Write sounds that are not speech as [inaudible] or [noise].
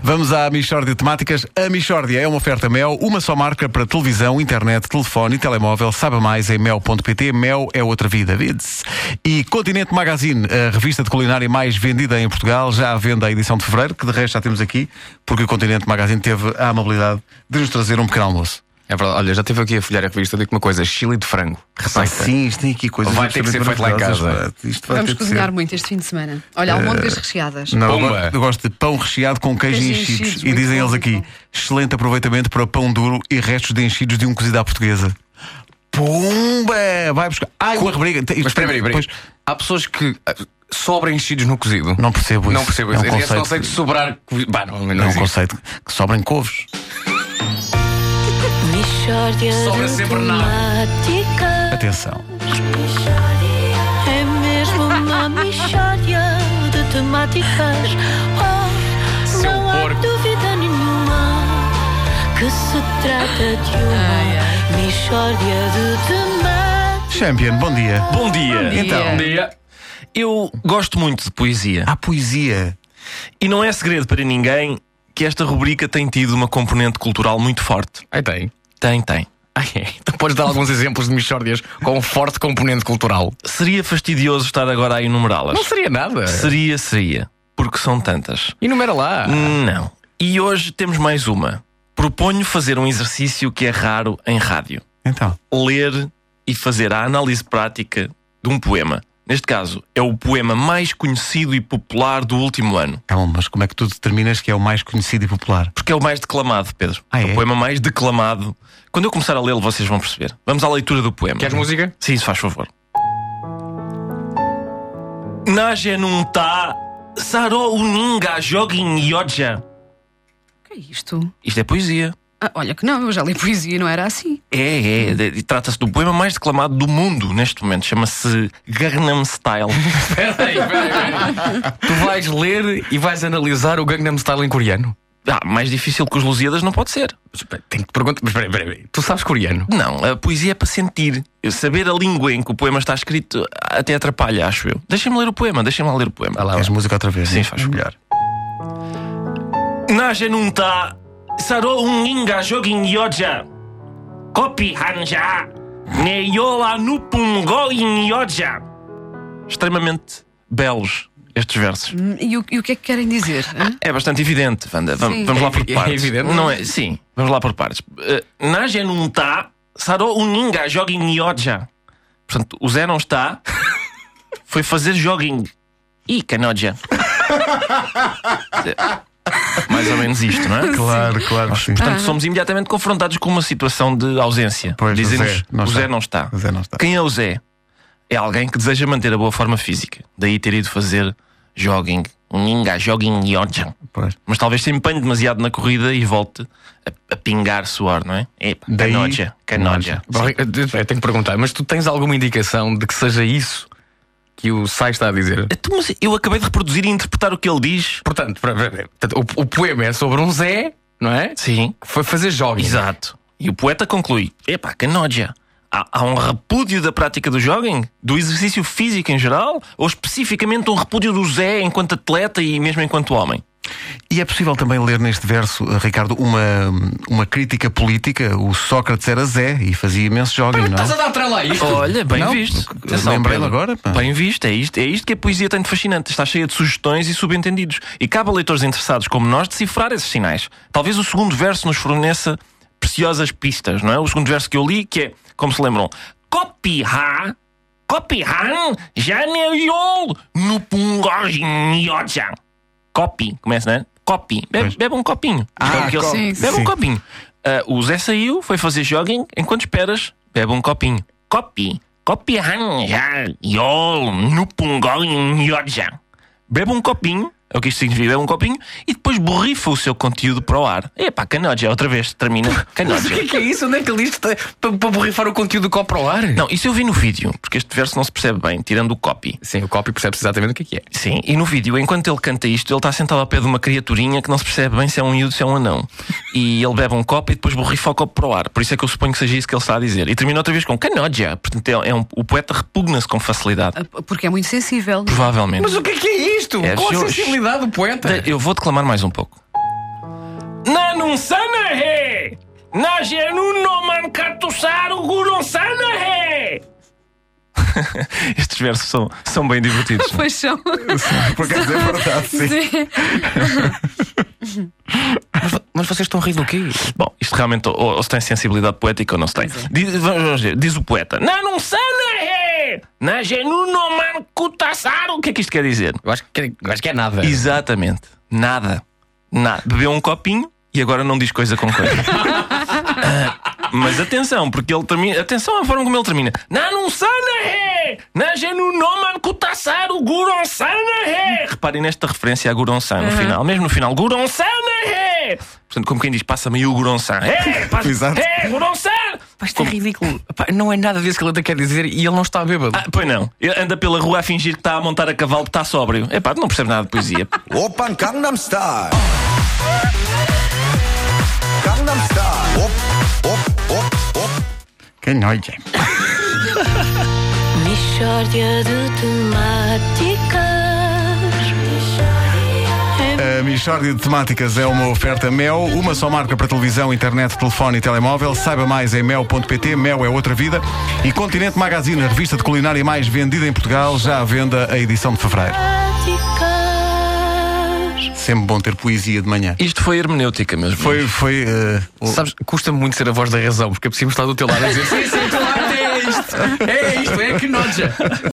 Vamos à Michórdia de Temáticas. A Michórdia é uma oferta Mel, uma só marca para televisão, internet, telefone e telemóvel. Saiba mais em mel.pt. Mel é outra vida. Vides. E Continente Magazine, a revista de culinária mais vendida em Portugal, já à venda a edição de fevereiro, que de resto já temos aqui, porque o Continente Magazine teve a amabilidade de nos trazer um pequeno almoço. É verdade, olha, já estive aqui a folhear a revista, digo uma coisa: chile de frango. Pá, sim, isto tem aqui coisas Vai ter que ser feito lá em maravilhosas, casa. pá. Isto vai Vamos ter que ser. cozinhar muito este fim de semana. Olha, almôndegas recheadas. Eh, Não, eu, Pumba. gosto, eu gosto de pão recheado com queijo e Queijo e enchidos. enchidos, E muito dizem bom, eles muito aqui: bom. excelente aproveitamento para pão duro e restos de enchidos de um cozido à portuguesa. Pumba! Vai buscar. Ai, uma rebriga. Isto- Mas espera aí, espera aí. Pois, Há pessoas que ah, sobram enchidos no cozido. Não percebo isso. Não percebo isso. É um Esse conceito- conceito de sobrar. cozi- Bah, não, não, Não é um existe. conceito que sobrem couves. Mishória Sobra de sempre nada. temáticas. Atenção. É mesmo uma mishória de temáticas. Oh, Seu não há porco. dúvida nenhuma que se trata de uma mishória de temáticas. Champion, bom dia. Bom dia. Então. Bom dia. Eu gosto muito de poesia Há poesia. e não é segredo para ninguém que esta rubrica tem tido uma componente cultural muito forte. Aí tem. Tem, tem. [laughs] Ah, é. Então podes dar alguns exemplos de mixórdias com um forte componente cultural. Seria fastidioso estar agora a enumerá-las. Não seria nada. Seria, seria. Porque são tantas. Enumera lá. Não. E hoje temos mais uma. Proponho fazer um exercício que é raro em rádio. Então. ler e fazer a análise prática de um poema. Neste caso, é o poema mais conhecido e popular do último ano. Calma, mas como é que tu determinas que é o mais conhecido e popular? Porque é o mais declamado, Pedro. Ah, é? O um poema mais declamado. Quando eu começar a lê-lo, vocês vão perceber. Vamos à leitura do poema. Queres música? Sim, se faz favor. Naja num tá, sarou uninga joguin yoja. O que é isto? Isto é poesia. Ah, olha que não, eu já li poesia e não era assim. É, é. de- e Trata-se do poema mais declamado do mundo neste momento. Chama-se Gangnam [laughs] Style. Peraí, peraí, Tu vais ler e vais analisar o Gangnam Style em coreano? Ah, mais difícil que os Lusíadas não pode ser. Tenho que perguntar. Mas peraí, peraí. Tu sabes coreano? Não, a poesia é para sentir. Eu Saber a língua em que o poema está escrito até atrapalha, acho eu. Deixem-me ler o poema, deixem-me lá ler o poema. É lá. Queres música outra vez? é? Sim, faz melhor. Naja num tá, sarou um inga jogin yoja, kopi hanja, neyola nupungo in yoja. Extremamente belos estes versos. Hum, E o, e o que é que querem dizer? hã? É bastante evidente, Wanda. Vam- Sim. Vamos, lá por É partes. evidente? Não é? Sim, vamos lá por partes. Uh, Naja não está, Saró Uninga jogging Nioja. Portanto, o Zé não [laughs] está, foi fazer jogging. Ih, canoja. [laughs] Mais ou menos isto, não é? Claro, claro. que Sim. Portanto, somos imediatamente confrontados com uma situação de ausência. Pois, o Zé Dizem-nos não está." o Zé não está. O Zé não está. Quem é o Zé? É alguém que deseja manter a boa forma física. Daí ter ido fazer jogging. Uninga jogging Nioja Pois. mas talvez se empenhe demasiado na corrida e volte a, a pingar suor, não é? É, Daí- canoja, canoja. Bom, eu eu tenho que perguntar, mas tu tens alguma indicação de que seja isso que o Sai está a dizer? Então, mas eu acabei de reproduzir e interpretar o que ele diz. Portanto, pra- pra- portanto, o, o poema é sobre um Zé, não é? Sim. Que foi fazer jogos. Exato. E o poeta conclui: epá, canoja. Há, há um repúdio da prática do jogging, do exercício físico em geral, ou especificamente um repúdio do Zé enquanto atleta e mesmo enquanto homem? E é possível também ler neste verso, eh, Ricardo, uma, uma crítica política. O Sócrates era Zé e fazia imenso jogo, não Estás a é? dar trela a isto? Olha, bem Não, visto. porque- Atenção, lembrei-me Pedro. agora, pá. Bem visto, é isto, é isto que a poesia tem de fascinante. Está cheia de sugestões e subentendidos. E cabe a leitores interessados como nós decifrar esses sinais. Talvez o segundo verso nos forneça preciosas pistas, não é? O segundo verso que eu li, que é, como se lembram, Copy ha, copy han, janeriol, no pungojin yojan. Copy, começa, não é? Copy, bebe, bebe um copinho. Ah, que ele- copy. Sim, bebe sim. um copinho. Ah, o Zé saiu, foi fazer jogging, enquanto esperas, bebe um copinho. Copy, copy han, jan, yol, no pungojin yojan. Bebe um copinho, é o que isto significa, bebe um copinho, e depois borrifa o seu conteúdo para o ar. Epá, canoja, outra vez, [laughs] termina Mas o que canoja. é que é isso? Onde é que ele diz para, para borrifar o conteúdo do copo ao ar? Não, isso eu vi no vídeo, porque este verso não se percebe bem, tirando o copy. Sim, o copy percebe-se exatamente o que é que é. Sim, e no vídeo, enquanto ele canta isto, ele está sentado ao pé de uma criaturinha que não se percebe bem se é um miúdo, se é um anão. E ele bebe um copo e depois borrifa o copo para o ar. Por isso é que eu suponho que seja isso que ele está a dizer. E termina outra vez com canoja. Portanto, é, é um- o poeta repugna-se com facilidade. Ah, Porque é muito sensível. Provavelmente. Mas o que é que é isto? É Qual a Jorge. sensibilidade do poeta? Eu vou declamar mais um pouco. Gurunsana he! Na genuno mancatusaru gurunsana he! [laughs] Estes versos são, são bem divertidos. não é? Pois são. [laughs] Por acaso é verdade, sim. Mas, vo- mas vocês estão a rir do quê? Bom, isto realmente ou, ou se tem sensibilidade poética ou não se tem. Diz, vamos vamos ver, diz o poeta: Na não é." sana he! Na genuno mancutasaru. O que é que isto quer dizer? Eu acho que, eu acho que é nada. Exatamente. Nada. Nada. Bebeu um copinho e agora não diz coisa com [laughs] coisa. Ah, Mas atenção, porque ele termina. Atenção à forma como ele termina. Na não sana he! Na genunoman kutassaru guron sana he! Reparem nesta referência a guron san no final. Mesmo no final. Guron sana he! Portanto, como quem diz, passa-me aí o guron san. He! Passa, Exato. he! Guron san! Pá, isto é ridículo. Pá, não é nada disso que ele até quer dizer e ele não está bêbado. Ah, pois não. Ele anda pela rua a fingir que está a montar a cavalo que está sóbrio. Epá, não percebe nada de poesia. 오빤 강남스타일 강남스타일 옵옵옵옵 Que noja. Mishória de temáticas. A Michórdia de Temáticas é uma oferta Mel, uma só marca para televisão, internet, telefone e telemóvel. Saiba mais em mel.pt, Mel é outra vida. E Continente Magazine, a revista de culinária mais vendida em Portugal, já à venda a edição de fevereiro. Temáticas. Sempre bom ter poesia de manhã. Isto foi hermenêutica mesmo. Foi, foi. eh, o- Sabes, custa-me muito ser a voz da razão, porque é preciso estar do teu lado a dizer sim, sim, estou lá, é isto, é isto, é que noja.